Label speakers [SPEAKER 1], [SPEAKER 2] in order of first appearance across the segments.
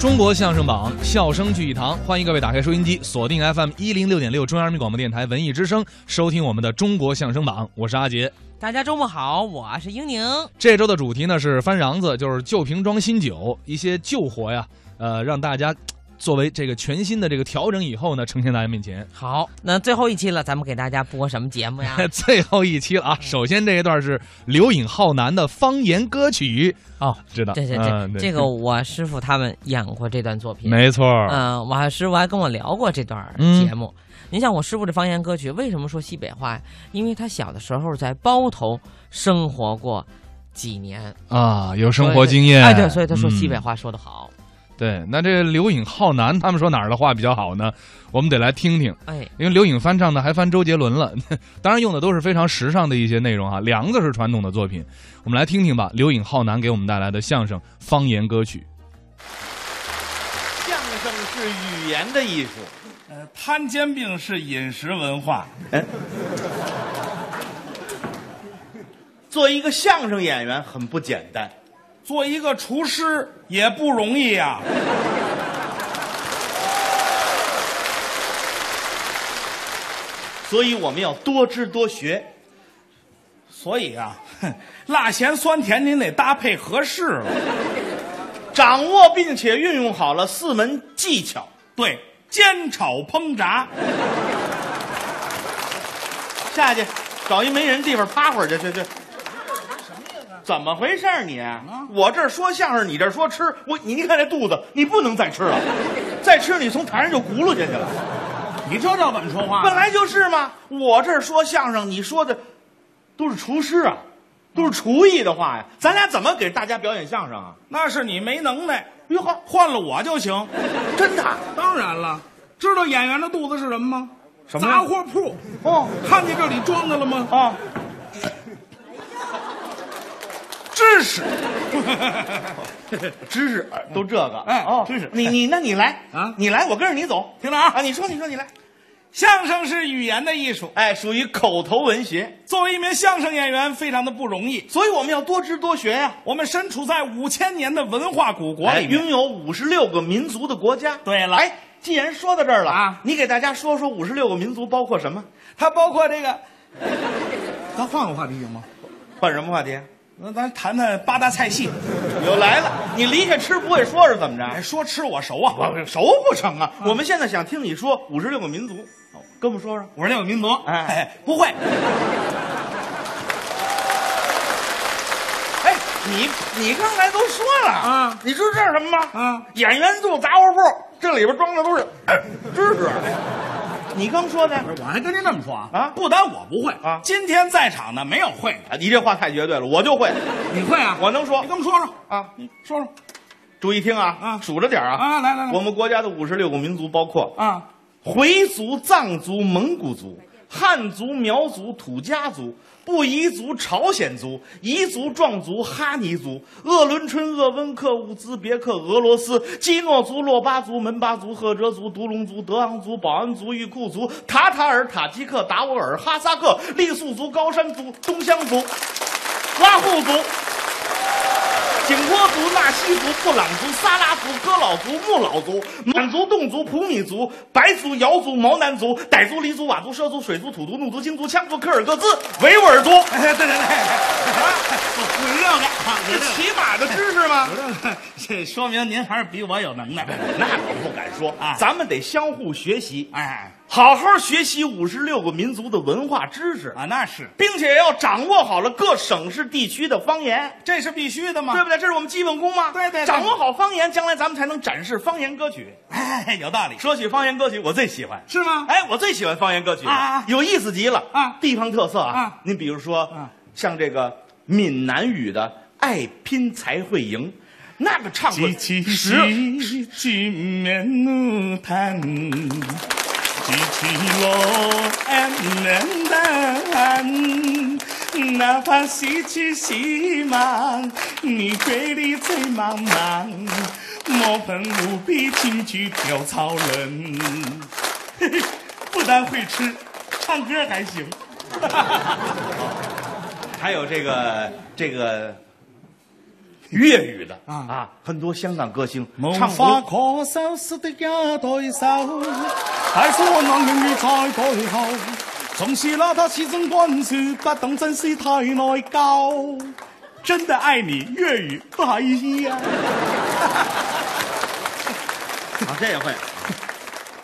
[SPEAKER 1] 中国相声榜，笑声聚一堂，欢迎各位打开收音机，锁定 FM 一零六点六，中央人民广播电台文艺之声，收听我们的《中国相声榜》，我是阿杰。
[SPEAKER 2] 大家周末好，我是英宁。
[SPEAKER 1] 这周的主题呢是翻瓤子，就是旧瓶装新酒，一些旧活呀，呃，让大家作为这个全新的这个调整以后呢，呈现大家面前。
[SPEAKER 2] 好，那最后一期了，咱们给大家播什么节目呀？
[SPEAKER 1] 最后一期了
[SPEAKER 2] 嗯
[SPEAKER 1] 啊！首先这一段是刘颖浩南的方言歌曲哦，知道
[SPEAKER 2] 这这
[SPEAKER 1] 嗯
[SPEAKER 2] 这
[SPEAKER 1] 对
[SPEAKER 2] 这个我师傅他们演过这段作品，
[SPEAKER 1] 没错儿，
[SPEAKER 2] 嗯、我还师傅还跟我聊过这段
[SPEAKER 1] 嗯
[SPEAKER 2] 节目。您像我师傅这方言歌曲，为什么说西北话呀？因为他小的时候在包头生活过几年，
[SPEAKER 1] 啊，有生活经验。
[SPEAKER 2] 哎，对，所以他说西
[SPEAKER 1] 嗯
[SPEAKER 2] 北话说得好。
[SPEAKER 1] 对，那这刘颖、浩南他们说哪儿的话比较好呢？我们得来听听，
[SPEAKER 2] 哎，
[SPEAKER 1] 因为刘颖翻唱的还翻周杰伦了， 当然用的都是非常时尚的一些内容啊。梁子是传统的作品，我们来听听吧。刘颖、浩南给我们带来的相声方言歌曲，
[SPEAKER 3] 相声是语言的艺术，
[SPEAKER 4] 呃，摊煎饼是饮食文化，
[SPEAKER 3] 做一个相声演员很不简单。
[SPEAKER 4] 做一个厨师也不容易啊呀、
[SPEAKER 3] 所以我们要多知多学。
[SPEAKER 4] 所以 啊，哼辣咸酸甜您得搭配合适了。
[SPEAKER 3] 掌握并且运用好了四门技巧，
[SPEAKER 4] 对，煎炒烹炸，
[SPEAKER 3] 下去找一没人地方趴会儿去去去。怎么回事儿你？啊我这儿说相声，你这儿说吃，我你你看这肚子，你不能再吃了，再吃你从台上就轱辘下去了。
[SPEAKER 4] 你这叫怎么说话
[SPEAKER 3] 本来就是嘛，我这儿说相声，你说的都是厨师啊，都是厨艺的话呀，咱俩怎么给大家表演相声啊？
[SPEAKER 4] 那是你没能耐，
[SPEAKER 3] 哟呵，
[SPEAKER 4] 换了我就行。
[SPEAKER 3] 真的啊？
[SPEAKER 4] 当然了，知道演员的肚子是什么吗？
[SPEAKER 3] 什么
[SPEAKER 4] 杂货铺。
[SPEAKER 3] 哦
[SPEAKER 4] 看见这里装的了吗？
[SPEAKER 3] 啊，
[SPEAKER 4] 知 识。
[SPEAKER 3] 知识呃都这个，
[SPEAKER 4] 哎
[SPEAKER 3] 哦，
[SPEAKER 4] 知识
[SPEAKER 3] 你你那你来
[SPEAKER 4] 啊
[SPEAKER 3] 你来，我跟着你走，
[SPEAKER 4] 听着啊
[SPEAKER 3] 啊，你说你说你来，
[SPEAKER 4] 相声是语言的艺术，
[SPEAKER 3] 哎，属于口头文学，
[SPEAKER 4] 作为一名相声演员，非常的不容易。
[SPEAKER 3] 所以我们要多知多学呀、
[SPEAKER 4] 我们身处在五千年的文化古国
[SPEAKER 3] 哎，
[SPEAKER 4] 里面，
[SPEAKER 3] 拥有五十六个民族的国家。
[SPEAKER 4] 对了
[SPEAKER 3] 哎，既然说到这儿了
[SPEAKER 4] 啊
[SPEAKER 3] 你给大家说说五十六个民族包括什么？
[SPEAKER 4] 它包括这个。咱换个话题行吗？
[SPEAKER 3] 换什么话题？
[SPEAKER 4] 那咱谈谈八大菜系。
[SPEAKER 3] 又来了，你离开吃不会说是怎么
[SPEAKER 4] 哎，
[SPEAKER 3] 着？
[SPEAKER 4] 说吃我熟啊，
[SPEAKER 3] 我熟不成啊？我们现在想听你说五十六个民族，哦跟我们说说。
[SPEAKER 4] 五十六个民族，
[SPEAKER 3] 哎
[SPEAKER 4] 哎，不会，
[SPEAKER 3] 哎，你你刚才都说了
[SPEAKER 4] 啊
[SPEAKER 3] 你知道这是什么吗？
[SPEAKER 4] 啊
[SPEAKER 3] 演员做杂货铺，这里边装的都是哎知识。你刚说的
[SPEAKER 4] 我还跟您这么说啊
[SPEAKER 3] 啊
[SPEAKER 4] 不但我不会
[SPEAKER 3] 啊
[SPEAKER 4] 今天在场的没有会的，
[SPEAKER 3] 啊，你这话太绝对了，我就会
[SPEAKER 4] 你会啊？
[SPEAKER 3] 我能说
[SPEAKER 4] 你跟我们说说，
[SPEAKER 3] 啊。
[SPEAKER 4] 你说说
[SPEAKER 3] 注意听啊
[SPEAKER 4] 啊
[SPEAKER 3] 数着点啊
[SPEAKER 4] 啊来来来
[SPEAKER 3] 我们国家的五十六个民族包括
[SPEAKER 4] 啊，
[SPEAKER 3] 回族、藏族、蒙古族、汉族、苗族、土家族、布依族、朝鲜族、彝族、壮族、哈尼族、鄂伦春、鄂温克、乌兹别克、俄罗斯、基诺族、洛巴族、门巴族、赫哲族、独龙族、德昂族、保安族、裕库族、塔塔尔、塔吉克、达斡尔、哈萨克、傈僳族、高山族、东乡族、拉祜族。景颇族、纳西族、布朗族、撒拉族、哥老族、木老族、满族、侗族、普米族、白族、瑶族、毛南族、傣族、黎族、佤族、畲族、水族、土族、怒族、羌族、羌族、柯尔克孜、维吾尔族，
[SPEAKER 4] 哎，对对对，五十六个，五
[SPEAKER 3] 这起码的知识吗？
[SPEAKER 4] 这说明您还是比我有能耐。
[SPEAKER 3] 那我不敢说
[SPEAKER 4] 啊
[SPEAKER 3] 咱们得相互学习，
[SPEAKER 4] 哎
[SPEAKER 3] 好好学习五十六个民族的文化知识，
[SPEAKER 4] 啊，那是，
[SPEAKER 3] 并且要掌握好了各省市地区的方言。
[SPEAKER 4] 这是必须的嘛，
[SPEAKER 3] 对不对？这是我们基本功嘛。
[SPEAKER 4] 对对对
[SPEAKER 3] 掌握好方言，将来咱们才能展示方言歌曲。
[SPEAKER 4] 哎，有道理，
[SPEAKER 3] 说起方言歌曲，我最喜欢。
[SPEAKER 4] 是吗？
[SPEAKER 3] 哎，我最喜欢方言歌曲了，
[SPEAKER 4] 啊啊
[SPEAKER 3] 有意思极了
[SPEAKER 4] 啊
[SPEAKER 3] 地方特色啊。
[SPEAKER 4] 啊
[SPEAKER 3] 您比如说，
[SPEAKER 4] 啊
[SPEAKER 3] 像这个闽南语的“爱拼才会赢”，那个唱过
[SPEAKER 4] 几
[SPEAKER 3] 十
[SPEAKER 4] 几几面怒叹，几起罗安难难，哪怕失去希望，你归里最茫茫，莫碰无比轻举跳槽人，嘿嘿不但会吃，唱歌还行。
[SPEAKER 3] 还有这个这个粤语的
[SPEAKER 4] 啊
[SPEAKER 3] 啊，很多香港歌星
[SPEAKER 4] 無
[SPEAKER 3] 唱
[SPEAKER 4] 法
[SPEAKER 3] 不
[SPEAKER 4] 可收拾的一對手，太苦我永遠在背後，總是拉他始終關注，不懂珍惜太內疚。真的愛你，粵語不好意思呀、
[SPEAKER 3] 啊，这也会。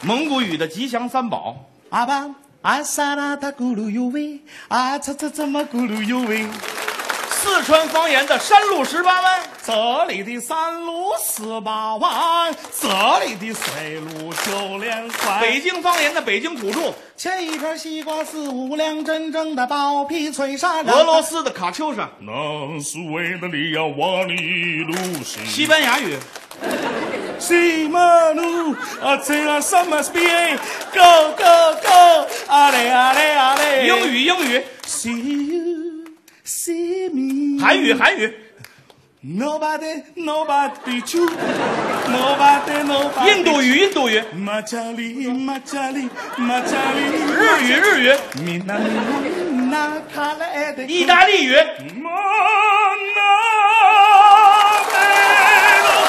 [SPEAKER 3] 蒙古语的吉祥三宝，
[SPEAKER 4] 阿爸，阿萨拉他咕噜呦喂，阿擦擦怎么咕噜呦喂？
[SPEAKER 3] 四川方言的山路十八弯，
[SPEAKER 4] 这里的山路十八弯，这里的水路九连环。
[SPEAKER 3] 北京方言的北京土著，
[SPEAKER 4] 切一片西瓜四五两，真正的剥皮脆沙
[SPEAKER 3] 俄罗斯的卡秋莎，
[SPEAKER 4] 那是为了你要我一路行。
[SPEAKER 3] 西班牙语，
[SPEAKER 4] 西马路啊，这啊什么 SBA go go go，啊嘞啊嘞啊嘞。
[SPEAKER 3] 英语英语，
[SPEAKER 4] ，See you see me。
[SPEAKER 3] 韩语韩语，
[SPEAKER 4] Nobody nobody true。Nobody nobody。
[SPEAKER 3] 印度。语印度语，
[SPEAKER 4] 马加里马加里马加里。
[SPEAKER 3] 日语日语，
[SPEAKER 4] 米娜米娜米娜卡拉埃的。
[SPEAKER 3] 意大利语，
[SPEAKER 4] 莫那贝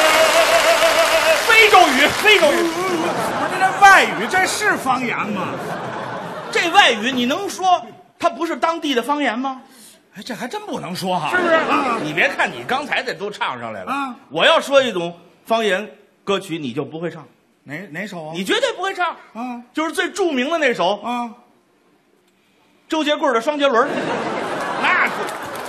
[SPEAKER 4] 多
[SPEAKER 3] 非洲语非洲语，
[SPEAKER 4] 嗯我这是外语，这是方言吗？
[SPEAKER 3] 这外语你能说它不是当地的方言吗？
[SPEAKER 4] 哎，这还真不能说哈，
[SPEAKER 3] 是不是？
[SPEAKER 4] 啊，
[SPEAKER 3] 你别看你刚才这都唱上来了，
[SPEAKER 4] 啊
[SPEAKER 3] 我要说一种方言歌曲，你就不会唱，
[SPEAKER 4] 哪哪首啊？
[SPEAKER 3] 你绝对不会唱。
[SPEAKER 4] 啊
[SPEAKER 3] 就是最著名的那首
[SPEAKER 4] 啊，
[SPEAKER 3] 周杰棍儿的《双杰 轮》，那是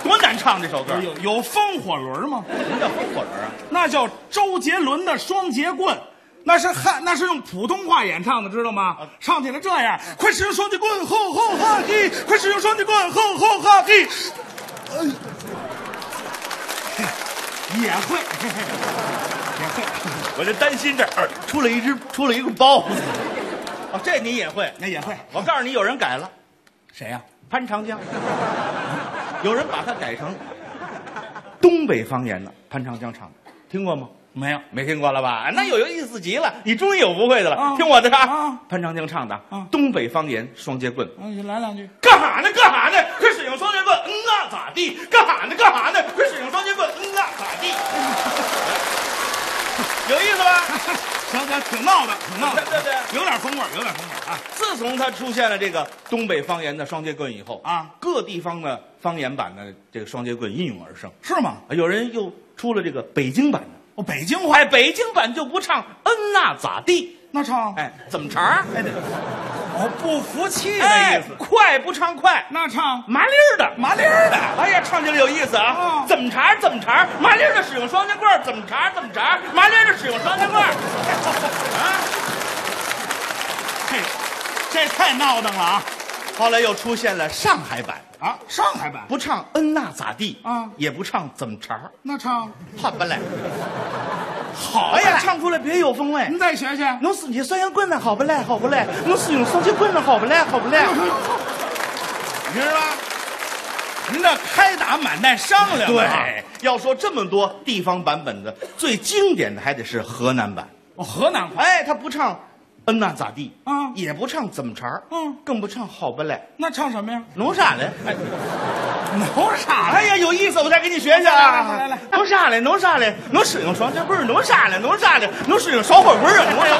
[SPEAKER 3] 多难唱这首歌。
[SPEAKER 4] 有有风火轮吗？
[SPEAKER 3] 什么叫风火轮啊？
[SPEAKER 4] 那叫周杰伦的《双截棍》，那是汉，那是用普通话演唱的，知道吗？唱起来这样，快使用双截棍，吼吼哈嘿，快使用双截棍，吼吼哈嘿，哎，也会，嘿嘿也会，
[SPEAKER 3] 我就担心这儿出了一只出了一个包 子。哦，这你也会？
[SPEAKER 4] 那也会。
[SPEAKER 3] 我告诉你，有人改了，
[SPEAKER 4] 谁呀、
[SPEAKER 3] 潘长江，有人把它改成东北方言的潘长江唱的，听过吗？
[SPEAKER 4] 没有，嗯
[SPEAKER 3] 没听过了吧？那有有意思极了，你终于有不会的了。
[SPEAKER 4] 啊
[SPEAKER 3] 听我的啊
[SPEAKER 4] 啊，
[SPEAKER 3] 潘长江唱的、
[SPEAKER 4] 啊
[SPEAKER 3] 东北方言双截棍。
[SPEAKER 4] 嗯，你来两句。
[SPEAKER 3] 干哈呢？干哈呢？快使用双截棍，嗯啊咋地？干哈呢？干哈呢？快使用双截棍，嗯啊咋 地？有意思吧？
[SPEAKER 4] 行行，挺闹的，挺闹的，
[SPEAKER 3] 对对对
[SPEAKER 4] 有点风味儿，有点风味儿啊。
[SPEAKER 3] 自从他出现了这个东北方言的双截棍以后
[SPEAKER 4] 啊，
[SPEAKER 3] 各地方的方言版的这个双截棍应运而生。啊
[SPEAKER 4] 是吗？
[SPEAKER 3] 有人又出了这个北京版的，
[SPEAKER 4] 哦，北京话
[SPEAKER 3] 哎，北京版就不唱嗯那咋地，
[SPEAKER 4] 那唱，
[SPEAKER 3] 哎，怎么茬儿？
[SPEAKER 4] 哎，对，哦，不服气的
[SPEAKER 3] 哎
[SPEAKER 4] 意思，，
[SPEAKER 3] 快不唱快，
[SPEAKER 4] 那唱
[SPEAKER 3] 麻利儿的。
[SPEAKER 4] 麻利儿的。
[SPEAKER 3] 哎呀，唱起来有意思啊！
[SPEAKER 4] 嗯
[SPEAKER 3] 怎么茬儿怎么茬儿，麻利儿的使用双截棍儿，怎么茬儿怎么茬儿，麻利儿的使用双截 棍儿。啊
[SPEAKER 4] 嘿，这太闹腾了啊！
[SPEAKER 3] 后来又出现了上海版，
[SPEAKER 4] 啊，上海版
[SPEAKER 3] 不唱嗯那咋地
[SPEAKER 4] 啊
[SPEAKER 3] 也不唱怎么茬儿，
[SPEAKER 4] 那唱
[SPEAKER 3] 好不嘞？
[SPEAKER 4] 好
[SPEAKER 3] 哎呀，
[SPEAKER 4] 呀，
[SPEAKER 3] 唱出来别有风味。
[SPEAKER 4] 您再学学。
[SPEAKER 3] 侬是你双截棍呢，好不嘞？好不嘞？侬是用双截棍呢，好不嘞？好 不嘞？
[SPEAKER 4] 你知道吗？您这开打满带商量的啊
[SPEAKER 3] 对，，要说这么多地方版本的，最经典的还得是河南版。
[SPEAKER 4] 哦，河南话
[SPEAKER 3] 哎，他不唱嗯那咋地
[SPEAKER 4] 啊
[SPEAKER 3] 也不唱怎么茬儿
[SPEAKER 4] 嗯
[SPEAKER 3] 更不唱好不嘞？
[SPEAKER 4] 那唱什么呀？
[SPEAKER 3] 弄啥嘞？ 哎
[SPEAKER 4] 挠啥
[SPEAKER 3] 哎
[SPEAKER 4] 呀？
[SPEAKER 3] 呀，有意思，我再给你学学啊！
[SPEAKER 4] 来来来来
[SPEAKER 3] 弄啥嘞？弄啥嘞？弄使用双截棍儿，弄啥嘞？弄啥嘞？弄使用小火棍儿啊！弄啥？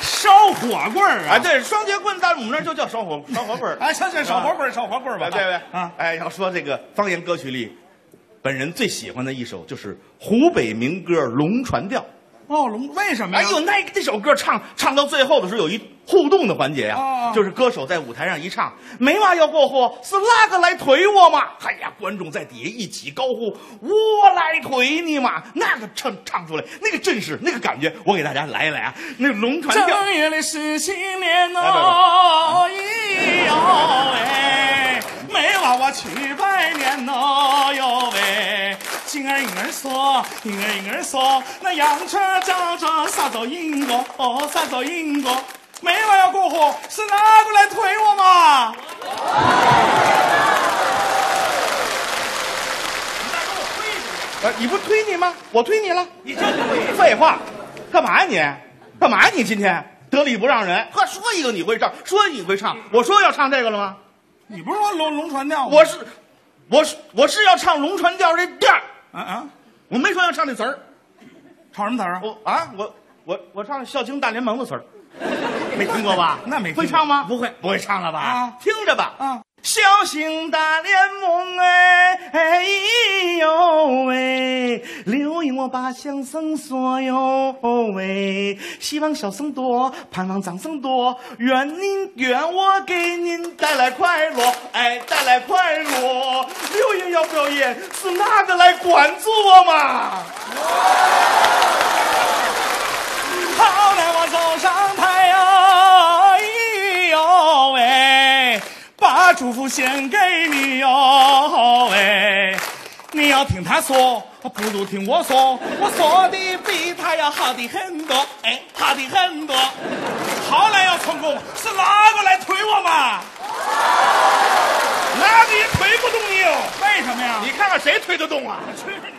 [SPEAKER 4] 烧火棍儿
[SPEAKER 3] 啊，
[SPEAKER 4] 啊！
[SPEAKER 3] 对，双截棍在我们那儿就叫烧火烧火棍儿。
[SPEAKER 4] 哎，行行，烧火棍儿，烧火棍儿吧。
[SPEAKER 3] 啊，对不对？
[SPEAKER 4] 啊，
[SPEAKER 3] 哎，要说这个方言歌曲里，本人最喜欢的一首就是湖北民歌《龙船调》。
[SPEAKER 4] 哦，龙为什么
[SPEAKER 3] 哎
[SPEAKER 4] 呀？
[SPEAKER 3] 呦，那那首歌唱唱到最后的时候，有一互动的环节呀、
[SPEAKER 4] 哦哦
[SPEAKER 3] 就是歌手在舞台上一唱，没嘛要过火，是哪个来推我嘛？哎呀，观众在底下一起高呼“我来推你嘛”，那个唱唱出来，那个阵势，那个感觉，我给大家来一来啊，那个龙船调。
[SPEAKER 4] 正月里是新年哦，咦哟喂，没啊娃娃去拜年哦哟喂，金儿银儿说，银儿银儿说，那洋车叫着啥走英国哦，啥走英国，没娃要过火，是哪个来推我嘛？
[SPEAKER 3] 呃，你不推你吗？我推你了，你真推？废话，干嘛呀你？干嘛呀你今天得理不让人？呵，说一个你会唱，说一个你会唱，我说要唱这个了吗？
[SPEAKER 4] 你不是说龙龙船调吗？
[SPEAKER 3] 我是，我是我是要唱龙船调这调儿
[SPEAKER 4] 啊啊，
[SPEAKER 3] 我没说要唱那词儿。
[SPEAKER 4] 唱什么词儿啊？
[SPEAKER 3] 我啊，我我我唱《孝经大联盟》的词儿，没听过吧？
[SPEAKER 4] 那没听过
[SPEAKER 3] 会唱吗？
[SPEAKER 4] 不会
[SPEAKER 3] 不会唱了吧？
[SPEAKER 4] 啊
[SPEAKER 3] 听着吧。
[SPEAKER 4] 啊，
[SPEAKER 3] 孝行大联盟哎，哎呦喂，留影我把相声说哟喂，希望小声多，盼望掌声多，愿您愿我给您带来快乐，哎，带来快乐。留影要表演是哪个来管住我嘛？
[SPEAKER 4] 好歹我走上台啊，哎呦喂，把祝福献给你哟喂。你要听他说，不如听我说，我说的比他要好的很多，哎，好的很多。好来要成功，是哪个来推我嘛？哪个也推不动你哟？为什么呀？
[SPEAKER 3] 你看看谁推得动啊？
[SPEAKER 4] 去你！